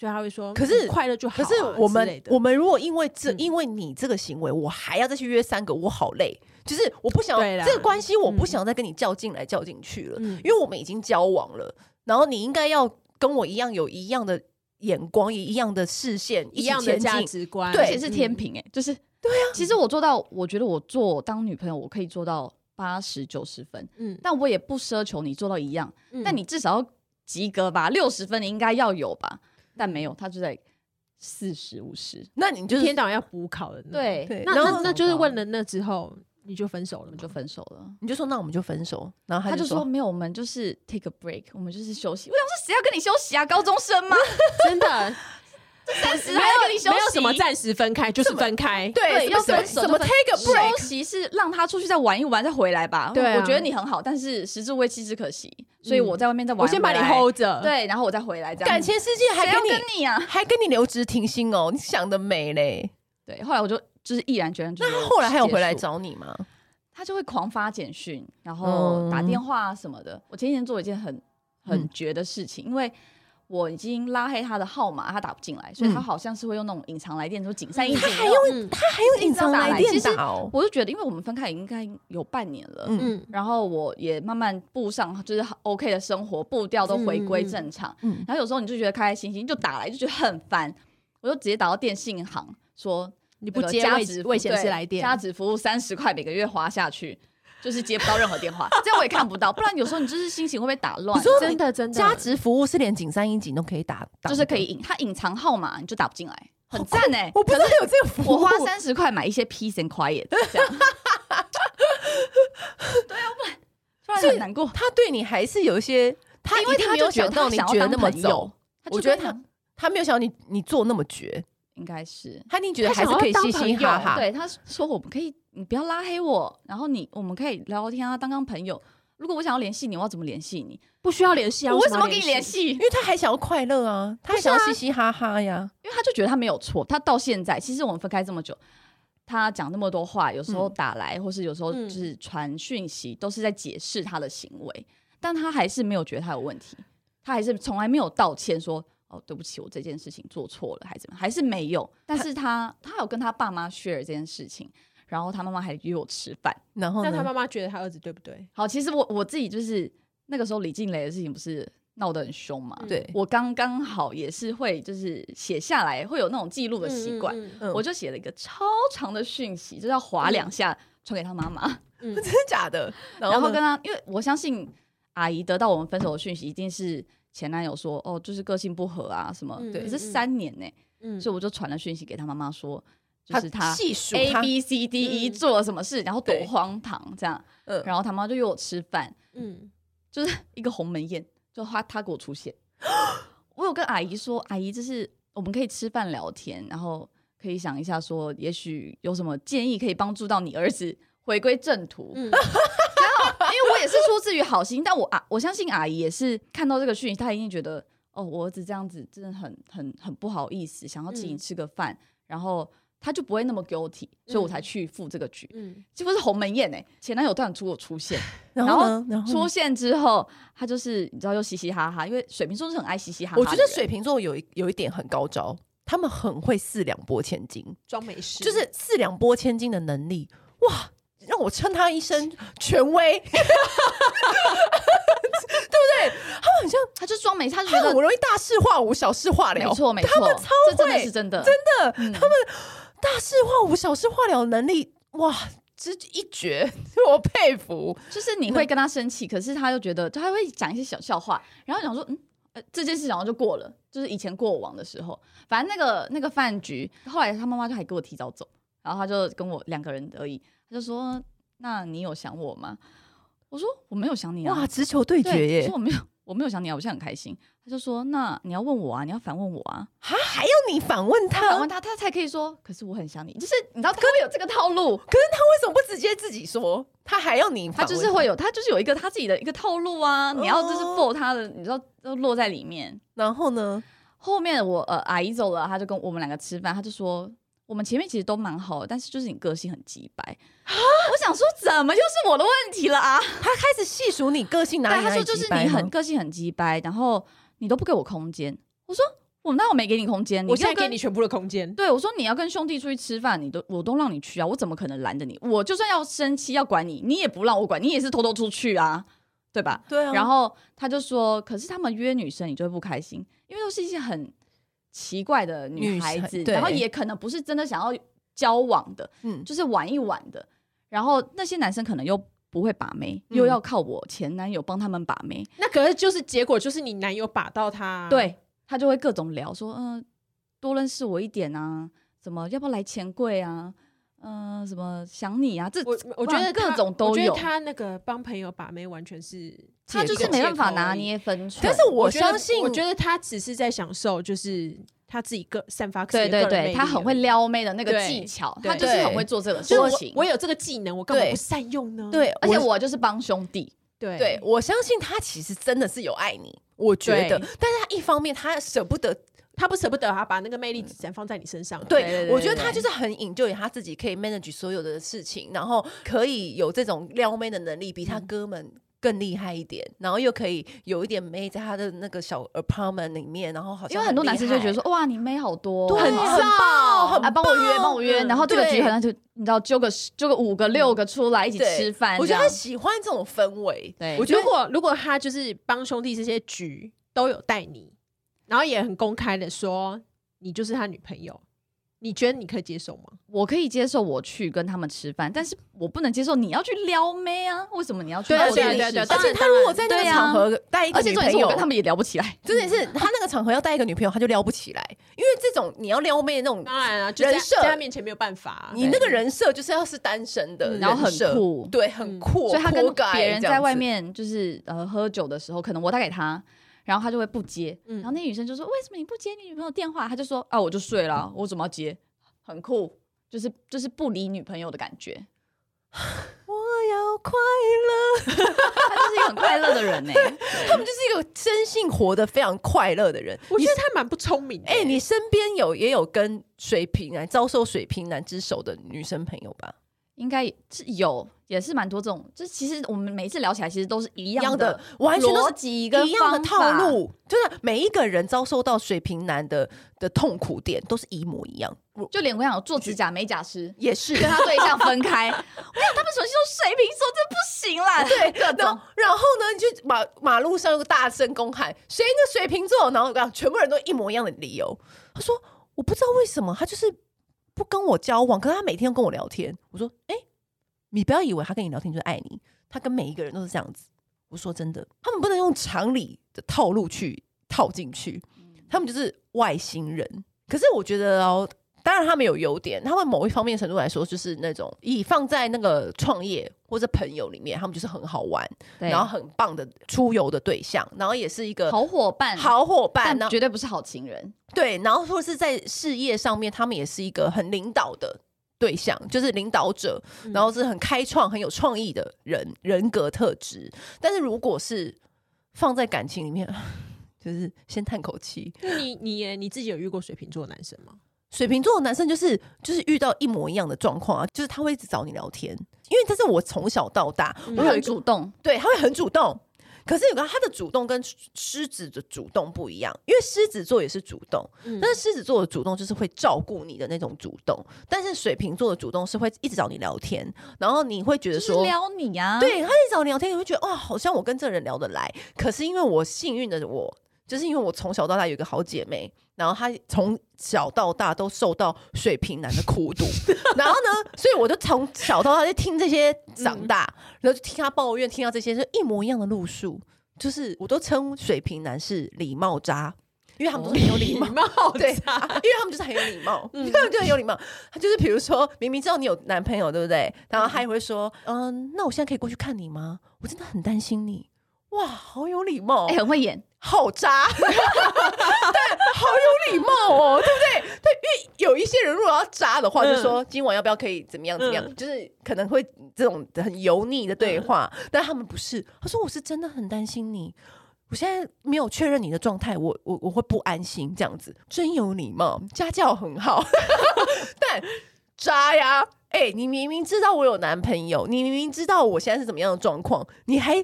所以他会说，可嗯是快乐就好、可啊，是我之类们的我们如果因为这、嗯因为你这个行为，我还要再去约三个，我好累。就是我不想对啦这个关系，我不嗯想再跟你较劲来较劲去了，嗯因为我们已经交往了。然后你应该要跟我一样有一样的眼光，也一样的视线，一起样的前价进值观，对而且是天嗯平哎、就是对啊。其实我做到，我觉得我做当女朋友，我可以做到八十九十分，嗯，但我也不奢求你做到一样，嗯但你至少要及格吧，六十分你应该要有吧，但没有，他就在四十五十，那你就一是嗯天到晚要补考的那种，对对，那然那后那就是问了那之后，你就分手了我吗，们就分手了。你就说那我们就分手，然后他他就就说说没有，我们就是 take a break，我们就是休息。我想说，谁要跟你休息啊？高中生吗？ 真的 三十没还要跟你有休息？没有什么暂时分开，就是分开，对，对要什么分手什么就分 take a break，休息是让他出去再玩一玩，再回来吧。对啊我觉得你很好，但是食之无味，弃之可惜，嗯所以我在外面再玩。我先把你回来 hold 着，，对，然后我再回来这样。感情世界还谁要跟你跟你啊？还跟你留职停薪哦，你想得美嘞！对，后来我就就是毅然决然就。那他后来还有回来，找你吗？他就会狂发简讯，然后嗯打电话啊什么的。我前几天做了一件很很嗯绝的事情，因为。我已经拉黑他的号码，他打不进来，所以他嗯好像是会用那种隐藏来电，就锦上一他锦。还用嗯他还用隐藏来电打哦，我就觉得，因为我们分开应该有半年了，嗯嗯，然后我也慢慢步上就是 OK 的生活步调，都回归正常。嗯嗯嗯然后有时候你就觉得开开心心，就打来就觉得很烦，我就直接打到电信行说你你不接价未值未显示来电，价值服务三十块每个月花下去，就是接不到任何电话， 这样我也看不到。不然有时候你就是心情会被打乱，你说真的真的加值服务是连景山一景都可以打，打就是可以隐它隐藏号码，你就打不进来，很赞哎、我不知道有这个服务，我花三十块买一些 peace and quiet，这样。对 啊，不然不然很难过。他对你还是有一些，他因为一定他没就有觉得想到他你想要觉得当那么朋友走，，他我就觉得跟他你他没有想到你你做那么绝，应该是他一定觉得还是可以嘻嘻哈哈。对，他说我们可以，你不要拉黑我，然后你我们可以聊聊天啊，当当朋友。如果我想要联系你，我要怎么联系你？不需要联系啊，我为什什么么要跟你联？系？因因为他还想要快乐啊，他还想要嘻嘻哈哈呀。为他就觉得他没有错，他到现在，其实我们分开这么久。他讲那么多话，有时候打来，或是有时候嗯就是传讯息，都是在解释他的行为，但他还是没有觉得他有问题，他还是从来没有道歉说哦对不起，我这件事情做错了，还是怎么样，还是没有。但是他他有跟他爸妈 share 这件事情，然后他妈妈还约我吃饭。然后那他呢？妈妈觉得他儿子对不对？好，其实我我自己就是那个时候李静蕾的事情不是闹得很凶嘛，嗯对，我刚刚好也是会就是写下来，会有那种记录的习惯，嗯嗯嗯我就写了一个超长的讯息，就是要划两下传给他妈妈，嗯 真的假的？哦然然后呢跟他，因为我相信阿姨得到我们分手的讯息，一定是前男友说哦，就是个性不合啊什么，嗯可对是三年呢、嗯所以我就传了讯息给他妈妈说，就是他细数 A 他 B C D E 嗯做了什么事，然后多对荒唐这样，嗯然后他妈就约我吃饭，嗯，就是 一个鸿门宴，就他他给我出现。 我有跟阿姨说，阿姨，就是我们可以吃饭聊天，然后可以想一下说，也许有什么建议可以帮助到你儿子回归正途。 嗯因为我也是出自于好心，但我啊，我相信阿姨也是看到这个讯息，她一定觉得哦，我儿子这样子真的很很很不好意思，想要请你嗯吃个饭，然后她就不会那么 guilty，所以我才嗯去赴这个局。嗯结果是鸿门宴哎、前男友突然出我出现。然后呢？然后出呢现之后，他就是你知道又嘻嘻哈哈，因为水瓶座是很爱嘻嘻哈哈的我人。觉得水瓶座有一有一点很高招，他们很会四两拨千斤，装没事，就是四两拨千斤的能力，哇！让我称他一声权威，对不对？他们很像，他就是装没事，他就他 觉 很得容易大事化无，小事化了。没错没错，他们超这真的会是真的真的嗯他们大事化无，小事化了的能力，哇，这一绝， 我佩服。就是你会跟他生气，可是他又觉得他会讲一些小笑话，然后想说嗯。呃，这件事然后就过了，就是以前过往的时候，反正那个那个饭局，后来他妈妈就还给我提早走，然后他就跟我两个人而已，他就说：“那你有想我吗？”我说：“我没有想你啊。”哇，直球对决对，我耶说！我没有，我没有想你啊，我现在很开心。他就说：“那你要问我啊，你要反问我啊。哈，还要你反问”他？反问他，他才可以说：“可是我很想你。”就是你知道，他会有这个套路，可是他为什么不直接自己说？他还要你他反问就是会有，他就是有一个他自己的一个套路啊。你要就是哦 f o 他的，你知道都落在里面。然后呢？后面我呃阿姨走了，他就跟我们两个吃饭，他就说。我们前面其实都蛮好的，但是就是你个性很急白。啊我想说，怎么又是我的问题了啊？他开始细数你个性哪对，里他哪说里就是急掰你很吗个性很急掰，然后你都不给我空间。我说我那我没给你空间，我现在就跟给你全部的空间，对，我说你要跟兄弟出去吃饭，你都我都让你去啊，我怎么可能拦着你？我就算要生气要管你，你也不让我管，你也是偷偷出去啊，对吧？对啊，然后他就说，可是他们约女生，你就会不开心，因为都是一些很奇怪的女女孩生子，对然后也可能不是真的想要交往的，嗯，就是玩一玩的。然后那些男生可能又不会把妹，又嗯要靠我前男友帮他们把妹，那可是就是结果就是你男友把到他，，对他就会各种聊说，嗯、多认识我一点啊，怎么要不要来钱柜啊，嗯、什么想你啊，这我我觉哇得各他种都我觉得有他那个帮朋友把妹完全是他就是没办法拿。捏分寸。但是我我觉得相信，我觉得他只是在享受，就是他自己个散发自己对的对个人魅对，力他很而会已。撩妹的那个对技巧，对他就是很会做这个事就是情。嗯我我有这个技能，我干嘛对不善用呢？对，而且我就是帮兄弟，对对我相信他其实真的是有爱你，我觉得对，但是他一方面他舍不得，他不舍不得，他把那个魅力只展放在你身上。对对对对我觉得对他就是很引咎于他自己可以 manage 所有的事情，然后可以有这种撩妹的能力，比他嗯哥们。更厉害一点，然后又可以有一点妹在他的那个小 apartment 里面，然后好像因为很多男生就觉得说。说，哇，你妹好多，对很很棒，棒啊，帮我约，很棒帮我约，嗯然后这个局对好像就你知道，揪个十揪个五个六个出来一起对吃饭这样，我觉得他喜欢这种氛围。对我觉如得果如果他就是帮兄弟这些局都有带你，然后也很公开的说你就是他女朋友，你觉得你可以接受吗？我可以接受我去跟他们吃饭，但是我不能接受你要去撩妹啊！为什么你要去对做而这且件对事情？对而当且然他如果在那对个啊场合带一个而且女重点朋是友，我跟他们也聊不起来。真的是他那个场合要带一个女朋友，他就撩不起来，因为这种你要撩妹的那种，当然啊，就在人设在他面前没有办法啊、你那个人设就是要是单身的嗯人设，然后很酷嗯对，很酷，所以他酷跟盖别人这样在子外。面就是呃喝酒的时候，可能我打给他，然后他就会不接，嗯然后那女生就说为什么你不接你女朋友电话？他就说啊我就睡了，我怎么要接？很酷，就是就是不理女朋友的感觉，我要快乐，他就是一个很快乐的人呢、欸他们就是一个真性活得非常快乐的人。我觉得他蛮不聪明的、哎、你身边有也有跟水瓶男遭受水瓶男之手的女生朋友吧？应该是有，也是蛮多这种。就是其实我们每一次聊起来，其实都是一一样样的的，完全都逻是辑跟一样的方套法。路，就是每一个人遭受到水瓶男的的痛苦点都是一模一样，我就连我跟你讲，做指甲美甲师也是跟。他对象分开， 我跟你讲，他们首先说水瓶座这不行啦，对，各然种后然后呢，你去马马路上又大声公喊谁的水瓶座，然后我跟你讲全部人都一模一样的理由。他说我不知道为什么他就是不跟我交往，可是他每天都跟我聊天。我说哎、你不要以为他跟你聊天就是爱你，他跟每一个人都是这样子。我说真的，他们不能用常理的套路去套进去，嗯他们就是外星人。可是我觉得哦，当然他们有优点，他们某一方面程度来说，就是那种以放在那个创业或者朋友里面，他们就是很好玩，对然后很棒的出游的对象，然后也是一个好伙伴，好伙伴，然但后绝对不是好情人。对，然后或是在事业上面，他们也是一个很领导的。对象就是领导者，嗯然后是很开创、很有创意的人人格特质。但是如果是放在感情里面， 就是先叹口气，那你你也你自己有遇过水瓶座的男生吗？水瓶座的男生就是就是遇到一模一样的状况啊，就是他会一直找你聊天，因为这是我从小到大，嗯我他有一很个主动，对他会很主动，可是有个他的主动跟狮子的主动不一样，因为狮子座也是主动，嗯但是狮子座的主动就是会照顾你的那种主动，但是水瓶座的主动是会一直找你聊天，然后你会觉就得是说撩你啊，对他一找你聊天，你会觉得哇，好像我跟这人聊得来。可是因为我幸运的我，就是因为我从小到大有一个好姐妹，然后她从小到大都受到水瓶男的苦毒，然后呢，所以我就从小到大就听这些长大，然后就听她抱怨，听到这些是一模一样的路数，就是我都称水瓶男是礼貌渣。因为他们都是很有礼貌， 貌对，啊因为他们就是很有礼貌，因为他们就很有礼貌。他就是比如说，明明知道你有男朋友，对不对？然后他也会说，嗯，那我现在可以过去看你吗？我真的很担心你。哇，好有礼貌，哦哎，很会演，好渣， 对，好有礼貌哦，对不对？对，因为有一些人如果要渣的话，嗯就说今晚要不要可以怎么样怎么样，嗯就是可能会这种很油腻的对话，但他们不是，他说我是真的很担心你。我现在没有确认你的状态，我我我会不安心，这样子真有礼貌，家教很好，但渣呀！哎、你明明知道我有男朋友，你明明知道我现在是怎么样的状况，你还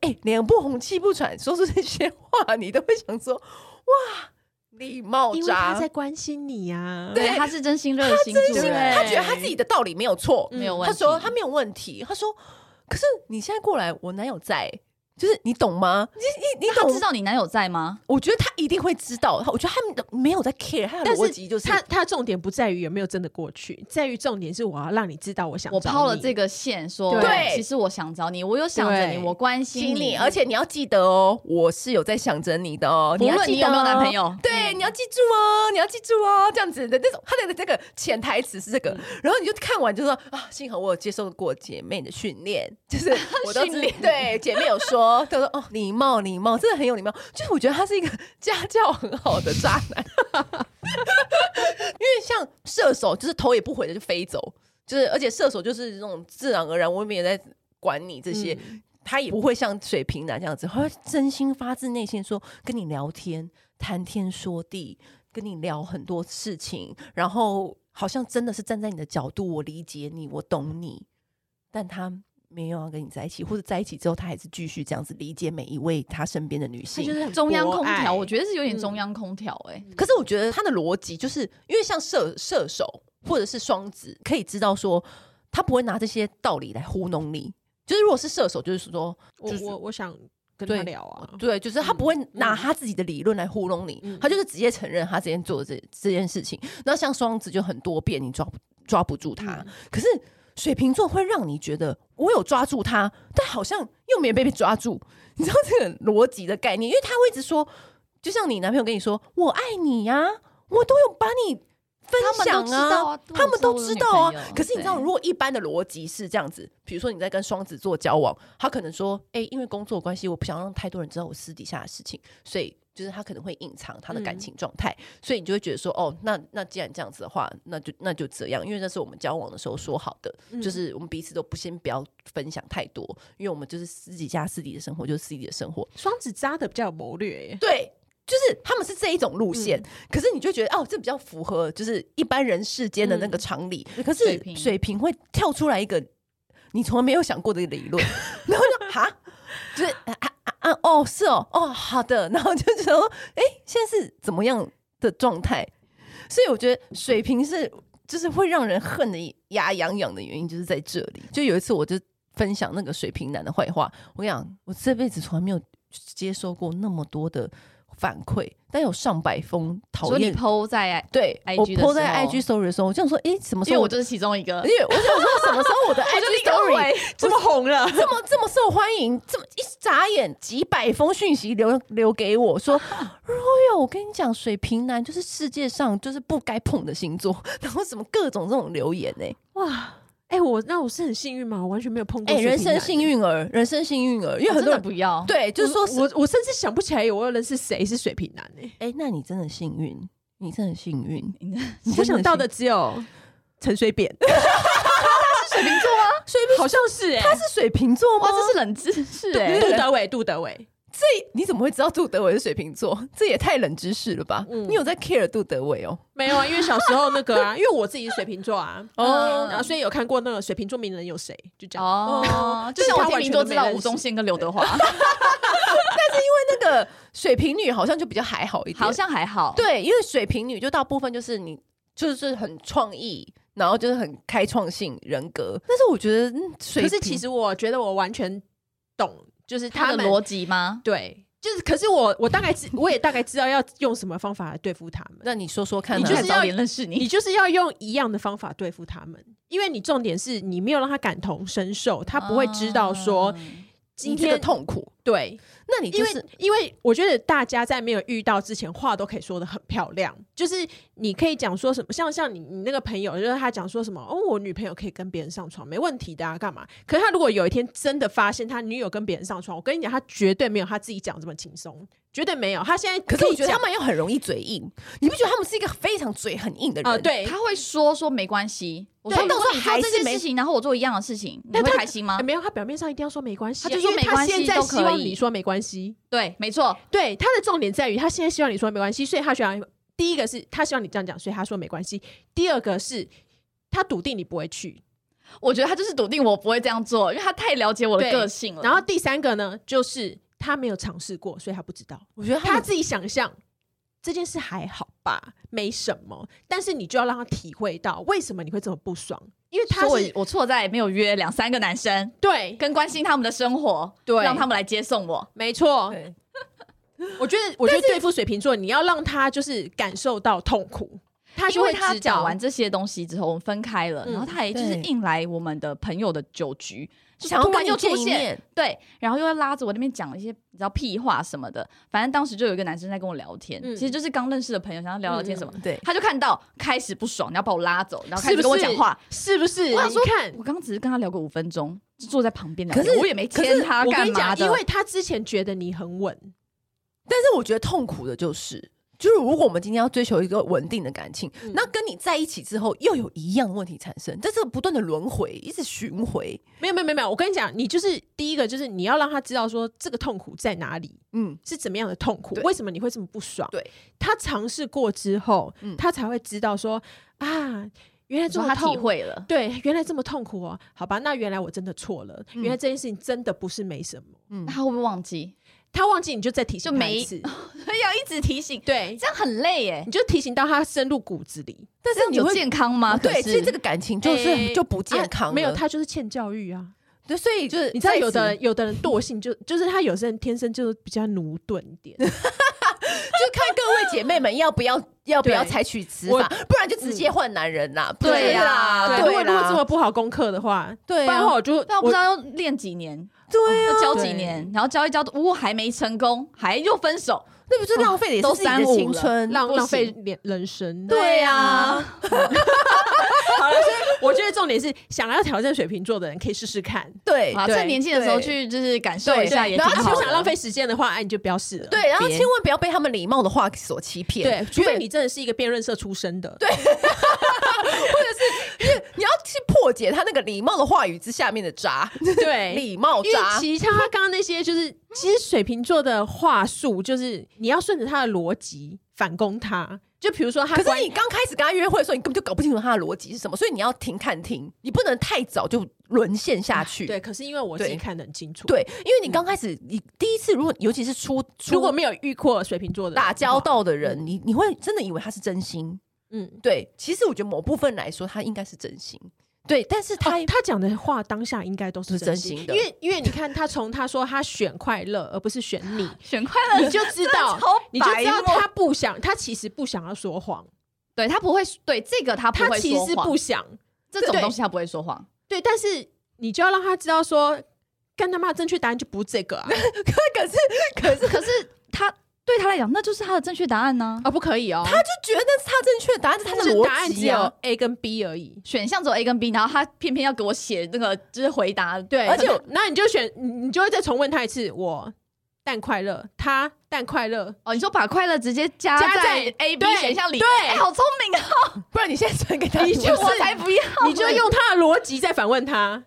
哎脸、不红气不喘，说出这些话，你都会想说哇，礼貌因为他渣在。关心你啊呀、对，他是真心热心真助心，人，他觉得他自己的道理没有错，欸嗯没有问他题。说他没有问题，他说可是你现在过来，我男友在，就是你懂吗？你你你他懂知道你男友在吗？我觉得他一定会知道，他我觉得他没有在 care，他的但是逻辑就是他他的重点不在于有没有真的过去，在于重点是我要让你知道我想我找抛了你这个线，说对其实我想找你，我有想着你，对我关心心你，里，而且你要记得哦，我是有在想着你的哦，无要论记你得有没有哦男朋友对，你要记住哦，你要记住哦，这样子的那种，他的这个潜台词是这嗯个，然后你就看完就说啊，幸好我有接受过姐妹的训练，就是 我都训知练对姐妹有说，她说哦，礼貌礼貌，真的很有礼貌，就是我觉得他是一个家教很好的渣男， 因为像射手就是头也不回的就飞走，就是而且射手就是那种自然而然，我也没有在管你这些。嗯他也不会像水瓶男这样子，他会真心发自内心地说跟你聊天、谈天说地，跟你聊很多事情，然后好像真的是站在你的角度，我理解你，我懂你，但他没有要跟你在一起，或者在一起之后，他还是继续这样子理解每一位他身边的女他性就。是很中央博空爱调，我觉得是有点嗯中央空调、哎、可是我觉得他的逻辑就是因为像射射手或者是双子，可以知道说他不会拿这些道理来糊弄你。就是如果是射手，就是说我就是我我想跟对他聊啊，对，就是他嗯不会拿嗯他自己的理论来糊弄你，嗯他就是直接承认他之前做的这这件事情。那像双子就很多变，你抓不抓不住他。嗯可是水瓶座会让你觉得我有抓住他，但好像又没被被抓住。你知道这个逻辑的概念，因为他会一直说，就像你男朋友跟你说“我爱你呀、我都有把你。分他们享都知道啊啊，他们都我知知道道我有啊女朋。友可是你知道，对如果一般的逻辑是这样子，比如说你在跟双子座交往，他可能说：“哎、因为工作关系，我不想让太多人知道我私底下的事情，所以就是他可能会隐藏他的感嗯情状态。所以你就会觉得说：哦，那那既然这样子的话，那就那就这样，因为那是我们交往的时候说好的，嗯就是我们彼此都不先不要分享太多，因为我们就是私底下私底的生活就是私底的生活。双子渣的比较有谋略耶，对，就是他们是这一种路线，可是你就觉得哦，这比较符合就是一般人世间的嗯那个常理。可是水瓶水瓶会跳出来一个你从来没有想过的理 论，然后就哈，就是啊啊啊哦是哦哦好的，然后就觉得说哎、现在是怎么样的状态？所以我觉得水瓶是就是会让人恨得牙痒痒的原因就是在这里。就有一次我就分享那个水瓶男的坏话，我跟你讲，我这辈子从来没有接收过那么多的反馈，但有上百封讨所以厌你。剖在，对 IG 我的泼在时候 IG story 的时候，我就想说，诶，什么时因为候我就是其中一个因。为我想说，什么时候我 的哎 IG 哎 story 这么红了，这么这么受欢迎，这么一眨眼几百封讯息留留给我 说，Royal，我跟你讲，水瓶男就是世界上就是不该碰的星座，然后什么各种这种留言呢、 哇！哎、我那我是很幸运吗？我完全没有碰过哎、水瓶人男哦欸、生幸运儿，人生幸运儿，因为我很多哦真的人、不要， 对，就是说我是，我我甚至想不起来我有认识谁是水瓶男哎、哎、那你真的幸运，你真的幸运，你的你真我想到幸的只有陈水扁，是水瓶座吗？水瓶， 好像是哎、他是水瓶座吗？哇，这是冷知识杜哎！杜德伟，杜德伟，你怎么会知道杜德伟是水瓶座？这也太冷知识了吧！嗯你有在 care 杜德伟哦？没有啊，因为小时候那个啊，因为我自己是水瓶座啊，哦然后所以有看过那个水瓶座名人有谁，就这样。哦，就像我天秤座知道吴宗宪跟刘德华，那个水瓶女好像就比较还好一点， 好像还好。，对，因为水瓶女就大部分就是你就是很创意，然后就是很开创性人格。但是我觉得嗯水瓶，可是其实我觉得我完全懂，就是他他的们逻辑吗？对，就是可是我我大概知我也大概知道要用什么方法来对付他们。那你说说看、啊，你就是很早点认识你你，就是要用一样的方法对付他们，因为你重点是你没有让他感同身受，他不会知道说嗯哦今你这个天痛苦，对，那你就因是为因为我觉得大家在没有遇到之前，话都可以说的很漂亮，就是你可以讲说什么，像像你你那个朋友，就是他讲说什么哦，我女朋友可以跟别人上床，没问题的啊，干嘛？可是他如果有一天真的发现他女友跟别人上床，我跟你讲，他绝对没有他自己讲这么轻松，绝对没有。他现在可是我以觉得讲他们又很容易嘴硬，你不觉得他们是一个非常嘴很硬的人？啊、对，他会说说没关系。我说对到时候你我说还做是这件没事情，然后我做一样的事情，你但会他开心吗欸、？没有，他表面上一定要说没关系啊、他就说因为没关系他现在都可希望以你说没关系，对，没错，对，他的重点在于他现在希望你说没关系，所以他希望第一个是他希望你这样讲，所以他说没关系；第二个是他笃定你不会去，我觉得他就是笃定我不会这样做，因为他太了解我的对个性了。然后第三个呢，就是他没有尝试过，所以他不知道，我觉得他他们自己想象。这件事还好吧，没什么，但是你就要让他体会到为什么你会这么不爽，因为他说我是我错在没有约两三个男生，对更关心他们的生活，对让他们来接送我。没错，对我觉得，我觉得对付水瓶座，你要让他就是感受到痛苦，他因就为会他知讲道完。这些东西之后，我们分开了，嗯然后他也就是对硬来我们的朋友的酒局，就想要突跟然你又出见一现，面，对，然后又要拉着我那边讲一些你知道屁话什么的。反正当时就有一个男生在跟我聊天，嗯其实就是刚认识的朋友，想要聊聊天什么，对，他就看到开始不爽，你要把我拉走，然后开是不始跟我是讲话。？是不是？我想你说看，我刚刚只是跟他聊个五分钟，就坐在旁边聊天，可是我也没可牵是我他跟干你嘛讲，的。因为他之前觉得你很稳，但是我觉得痛苦的就是。就是如果我们今天要追求一个稳定的感情，嗯那跟你在一起之后又有一样问题产生，这是不断的轮回，一直循回。没有没有没有没有。我跟你讲，你就是第一个，就是你要让他知道说这个痛苦在哪里，嗯，是怎么样的痛苦对，为什么你会这么不爽？对，他尝试过之后，嗯他才会知道说啊，原来这么说他痛体会了，对，原来这么痛苦哦。好吧，那原来我真的错了，嗯原来这件事情真的不是没什么。嗯那，他会不会忘记？他忘记你就再提醒就他没一 次，所以要一直提醒，对，这样很累耶。你就提醒到他深入骨子里，但这是样你有会哦健康啊吗？对，其实这个个感情就是、诶就不健康了、啊没有，他就是欠教育啊。对，所以就是你知道，有的在此有的人惰性就就是他有些人天生就比较驽钝一点，就看各位姐妹们要不要要不要对采取此我法，不然就直接换男人啦。不啊对然啦对对，啊如果如果这啦，么不好功课的话，对不然的啊话我就但我不知我道要练几年，对啊，要教几对年，然后教一教，呜，还没成功，还又分手，那不是哦浪费的也是哦都自己的三五青了春？浪不浪费行人人生。对啊啊， 好了，所以我觉得重点是想要挑战水瓶座的人可以试试看。对啊，对趁年轻的时候对去就是感受对一下也挺然后好的。他不想浪费时间的话，哎，你就不要试了。对，然后别千万不要被他们礼貌的话所欺骗，对，除因为非你真的是一个辩论社出身的，对，你要去破解他那个礼貌的话语之下面的渣， 对，礼貌因为渣。其他刚刚那 些就是，其实水瓶座的话术就是你要顺着他的逻辑反攻他。就比如说他可关是你刚开始跟他约会的时候，你根本就搞不清楚他的逻辑是什么，所以你要停看听，你不能太早就沦陷下去。对，可是因为我自己对看得很清楚，，对，因为你刚开始，你第一次如果尤其是初初如果没有遇过水瓶座的打交话，道的人，你你会真的以为他是真心。嗯，对，其实我觉得某部分来说，他应该是真心。对，但是他、哦他讲的话当下应该都是是真心心的因为因为你看他从他说他选快乐而不是选 你，选快乐， 你就知道真的超白目，你就知道他不想，他其实不想要说谎，对他不会对这个他不他会其说实谎，不想，这种对东西他不会说谎。对，但是你就要让他知道说，干他妈的正确答案就不是这 个啊，可是可是可是他对他来讲，那就是他的正确答案呢、啊不可以哦，他就觉得他正确的答案是他的就是答逻案只辑有啊， A 跟 B 而已。选项只有 A 跟 B，然后他偏偏要给我写那个就是回答，对，而且可能那你就选，你你就会再重问他一次，我但快乐，他但快 乐，哦，你说把快乐直接加加在在 A、B 对选项里，对哎好聪明啊！不然你现在传给他，你就是我才不要，你就 用他的逻辑再反问他。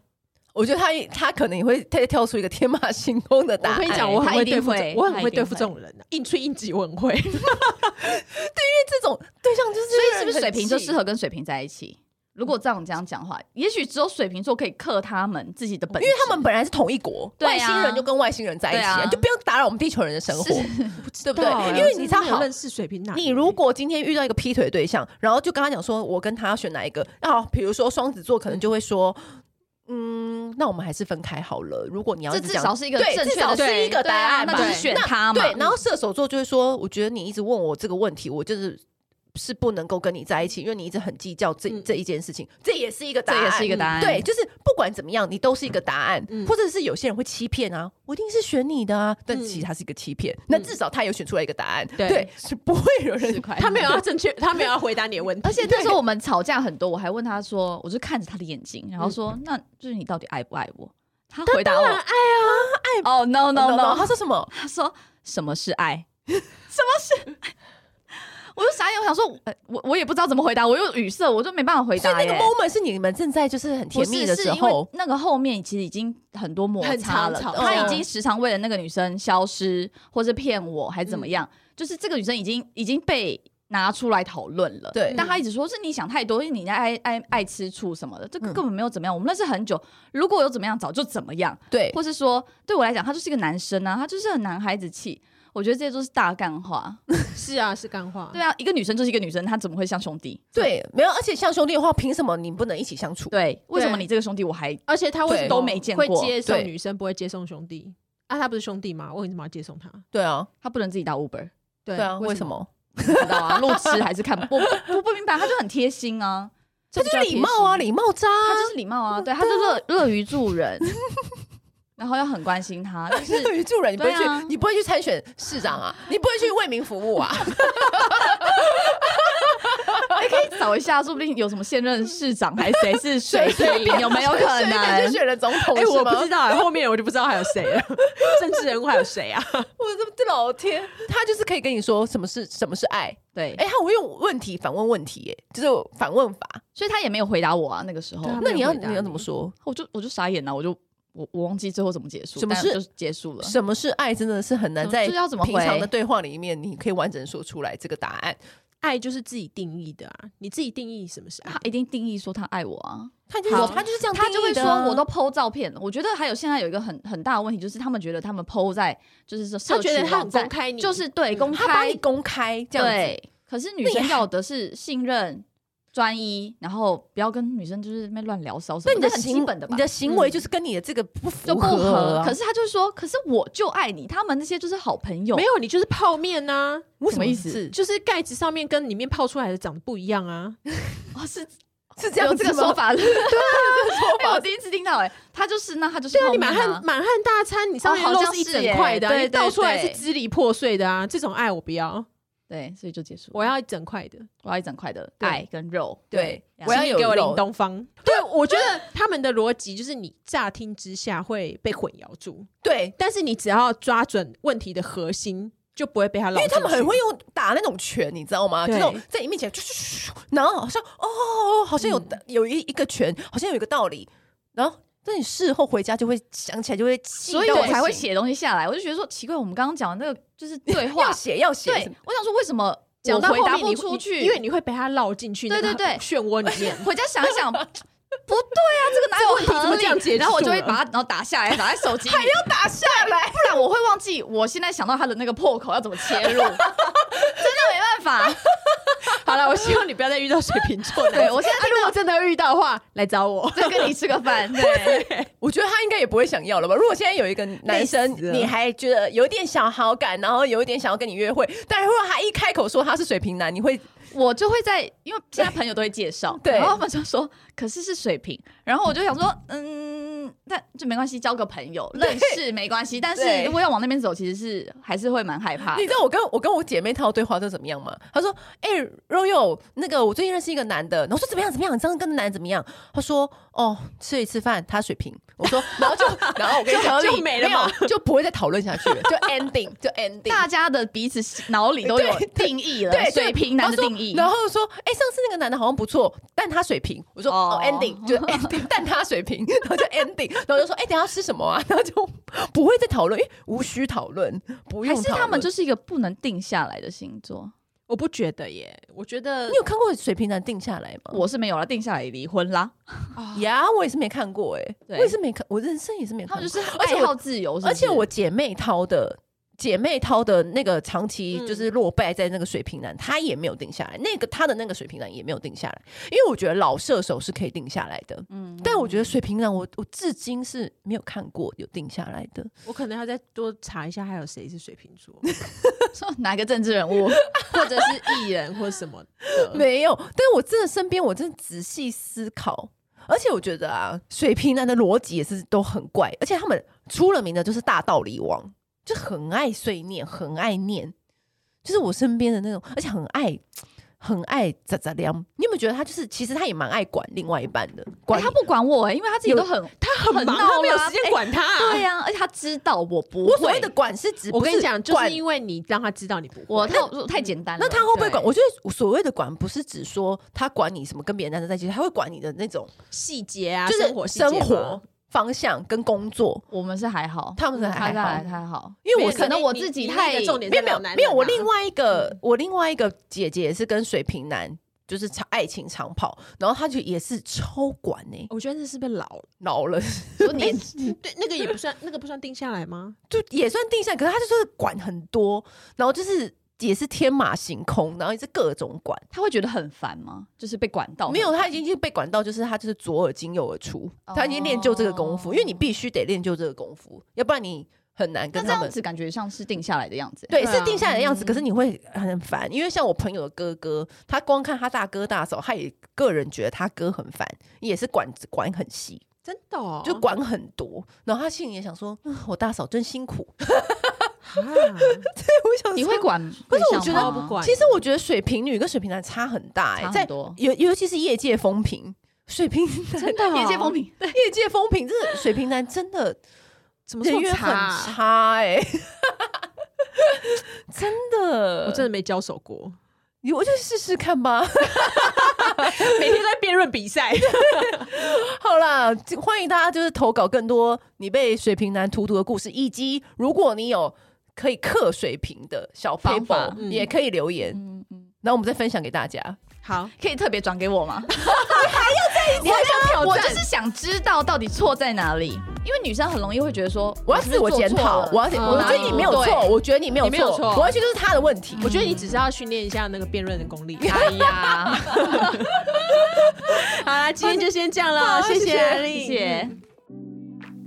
我觉得他他可能也会他跳出一个天马行空的答我案。跟你讲，哎我很他会一定对付这，会我他很一会定对付这会种人的，应吹应急我很会。这种对象就是，所以是不是水瓶座适合？合跟水瓶在一起？如果照你这样讲话，也许只有水瓶座可以克他们自己的本因质，为他们本来是同一国，对啊外星人就跟外星人在一起、对啊你就不用打扰我们地球人的生活， 对不对？啊因为你真知道的没有好，认识水平哪？你如果今天遇到一个劈腿对象，然后就跟他讲说，我跟他要选哪一个？那好，比如说双子座，可能就会说，嗯，那我们还是分开好了。如果你要这一直至讲少是一个对正确至少的是一个答案吧对啊那就是对选那他嘛。对，然后射手座就会说，我觉得你一直问我这个问题，我就是。是不能够跟你在一起，因为你一直很计较这、嗯这一件事情，这也是一个答这案，也是一个答案，对，，就是不管怎么样，你都是一个答案，嗯或者是有些人会欺骗啊，我一定是选你的啊，但嗯其实他是一个欺骗，那至少他有选出来一个答案，对对，是不会有人嗯快他 没有要正确，他没有要回答你的问题。而且那时候我们吵架很多，我还问他说，我就看着他的眼睛，然后说，那就是你到底爱不爱我？他回答我，当然嗯爱啊，爱。哦，no no no，他说什么？他说什么是爱？ 什么是 爱？我就傻眼，我想说，呃我我也不知道怎么回答，我又语塞，我就没办法回所以答那耶。个 moment 是你们正在就是很不甜是蜜的时，是因为候，那个后面其实已经很多摩很擦常了，吵他架已经时常为了那个女生消失，或是骗我，还怎么样，就是这个女生已经已经被拿出来讨论了。对但他一直说是你想太多，因为你爱爱爱吃醋什么的，这个嗯根本没有怎么样。我们认识很久，如果有怎么样，早就怎么样。对，或是说对我来讲，他就是一个男生啊，他就是很男孩子气。我觉得这些都是大干话。 是啊，是干话。对啊，一个女生就是一个女生，她怎么会像兄弟？对，没有，而且像兄弟的话，凭什么你不能一起相处？对，为什么你这个兄弟我还而且他为什对么都没见过会接送对女生，不会接送兄弟？啊，他不是兄弟吗？我为什么要接送他？对啊，他不能自己打 Uber？对对啊，为什什？么？不知道啊，路痴还是看不我 不我不明白，他就很贴心啊，这就是礼貌啊，这不叫贴心，礼貌渣啊，他就是礼貌啊，对，他就乐乐于助人， 然后要很关心他，但是对于助人，你不会去对啊，你不会去参选市长 啊，你不会去为民服务啊，还可以找一下，说不定有什么现任市长还是谁是水水林，有没有可随便能就？选了总统哎，是我不吗知？道啊，后面我就不知道还有谁 了，政治人物还有谁啊？我的这老天，他就是可以跟你说什么是什么是爱，对哎，，他会用问题反问问题，哎，就是反问法。所以他也没有回答我啊，那个时候对，啊他那没有你要回答你要你怎么说？我就我就傻眼了，我就我我忘记最后怎么结束，什么但事就结束了？什么是爱？真的是很难什么在这要怎么平常回的对话里面，你可以完整说出来这个答案。爱就是自己定义的啊，你自己定义什么是爱他。一定定义说他爱我啊，他就好是他就是这样定他义的啊，就会说我都剖照片了。我觉得还有现在有一个很很大的问题，就是他们觉得他们剖在就是说他社觉群得他很网公站，开你，就是对公他把开你公开这样子，对。可是女生要的是信任、专一，然后不要跟女生就是那边乱聊骚什那么的，你的这很行基本的吧你。的行为就是跟你的这个不符就不合，啊可是他就说，可是我就爱你。他们那些就是好朋友，没有你就是泡面呐，为什么意思是就是盖子上面跟里面泡出来的长得不一样啊。哦是是这有样这子个吗说，法，对，说我第一次听到， 哎，他就是那他就是对啊，泡你面满汉满汉大餐，你上面哦好肉像是一是整耶块的啊，你对对倒出来是对支离破碎的啊。这种爱我不要，对，所以就结束了。我要一整块的。我要一整块的对爱跟肉，对这样我要请你有给我肉林东方。对，我觉得他们的逻辑就是你乍听之下会被混淆住，对但是你只要抓准问题的核心，就不会被他因老。为他们很会用打那种拳，你知道吗？对这种在你面前，然后好像哦，好像有、嗯有一一个拳，好像有一个道理，然后但你事后回家就会想起来，就会气到所不以行，我才会写东西下来。我就觉得说奇怪，我们刚刚讲的那个就是对话要，写要写，对我想说为什么讲我到回后答面不你出你去？因为你会被他绕进去那对个对对漩涡里面。 回家想一想，不对啊，这个哪有这问题合怎么理这样解然后我释就会了把它然后打下来，打在手机里，要打下来。不然我会忘记我现在想到他的那个破口要怎么切入，真的没办法。好了，我希望你不要再遇到水瓶座男。对我现在 啊如果真的遇到的话，来找我。再跟你吃个饭，对，我觉得他应该也不会想要了吧？如果现在有一个男生累死，了你还觉得有点小好感，然后有一点想要跟你约会，但如果他一开口说他是水瓶男，你会我就会在，因为现在朋友都会介绍，对然后他们就说，可是是水瓶，然后我就想说，嗯，但就没关系，交个朋友认识没关系，但是对如果要往那边走，其实是还是会蛮害怕的你知。道我跟我跟我姐妹她的对话都怎么样吗？她说：“哎、r o y a l 那个我最近认识一个男的，然后我说怎么样怎么样，你这样跟那男的怎么样？”她说：“哦，吃一次饭，他水平。”我 说：“然后就然后我跟你讲，就就没了没有嘛就不会再讨论下去了，就 ending 就 ending。”大家的彼此脑里都有定义了，对对水瓶男的定义。然后说，哎、上次那个男的好像不错，但他水平。我说，哦哦，ending 就 ending，但他水平， 然后就 ending，然后就说，哎、等一下吃什么啊？然后就不会再讨论，因为无需讨论，不用还讨是论。他们就是一个不能定下来的星座，我不觉得耶，我觉 得你有看过水瓶男定下来吗？我是没有了，定下来离婚啦。呀我也是没看过哎、啊对我也是没看，我人生也是没他看们过。就是而且爱我好自由是不是而且我姐妹掏的姐妹掏的那个长期嗯就是落败在那个水瓶男，她也没有定下来，那个她的那个水瓶男也没有定下来，因为我觉得老射手是可以定下来的，嗯但我觉得水瓶男我我至今是没有看过有定下来的，我可能要再多查一下，还有谁是水瓶座， 说哪个政治人物，或者是艺人或什么的。没有。但我真的身边我真的仔细思考，而且我觉得啊，水瓶男的逻辑也是都很怪，而且他们出了名的就是大道理王，就很爱碎念，很爱念，就是我身边的那种，而且很爱。很爱咋咋凉，你有没有觉得他就是其实他也蛮爱管另外一半的，管哎他不管我哎，因为他自己都很他很忙，很闹他没有啦时间管他、对呀，而且他知道我不啊我所谓会的。管是指啊我跟你讲，就是管因为你让他知道你不会，我太我太简单了，那他会不会对管？我觉得所谓的管，不是指说他管你什么跟别的男生在一起，他会管你的那种，细节啊，就是生活细节生嘛活方向跟工作。我们是还好，嗯他们是还好他是 还好，因为没我有可可能能你我你自己你太那个重点没在有没有老男人啊嗯没有，我另外一个我另外一个姐姐是跟水瓶男就是长爱情长跑，然后她就也是超管呢、我觉得那是不是老了？老了 说年纪对，那个也不算，那个不算定下来吗？就也算定下来，可是她就是管很多，然后就是也是天马行空，然后也是各种管。他会觉得很烦吗？就是被管到哦没有，他已经就被管到，就是他就是左耳进右耳出，哦他已经练就这个功夫，因为你必须得练就这个功夫，要不然你很难那跟这他样们。子感觉像是定下来的样子。对，对啊是定下来的样子，可是你会很烦，因为像我朋友的哥哥，他光看他大哥大嫂，他也个人觉得他哥很烦，也是管管很细， 真的、哦，就管很多。然后他心里也想说，嗯我大嫂真辛苦。啊，我想你说会管？不是对我象觉得 吗不管其实我觉得水瓶女跟水瓶男差很大、欸，差在很多，尤尤其是业界风评，水 瓶男真啊的 哦业界风评。业界风评，真的水瓶男真的怎么这人么缘差很啊、差哎、 真的，我真的没交手过，你我就试试看吧。 每天在辩论比赛。好啦，就欢迎大家就是投稿更多你被水瓶男荼毒的故事，以及如果你有可以克水瓶的小方法 paper，、嗯也可以留言， 嗯嗯，然后我们再分享给大家。 好，可以特别转给我 吗？你还想挑我就是想知道到底错在哪里，因为女生很容易会觉得说，我要是自我检讨，我要检，嗯我觉得哪里你没有不对错，我觉得你没有你没有错，嗯错我完全就是他的问题。我觉得你只是要训练一下那个辩论的功力。哎呀， 好啦，今天就先这样了，谢 谢谢艾谢丽，谢。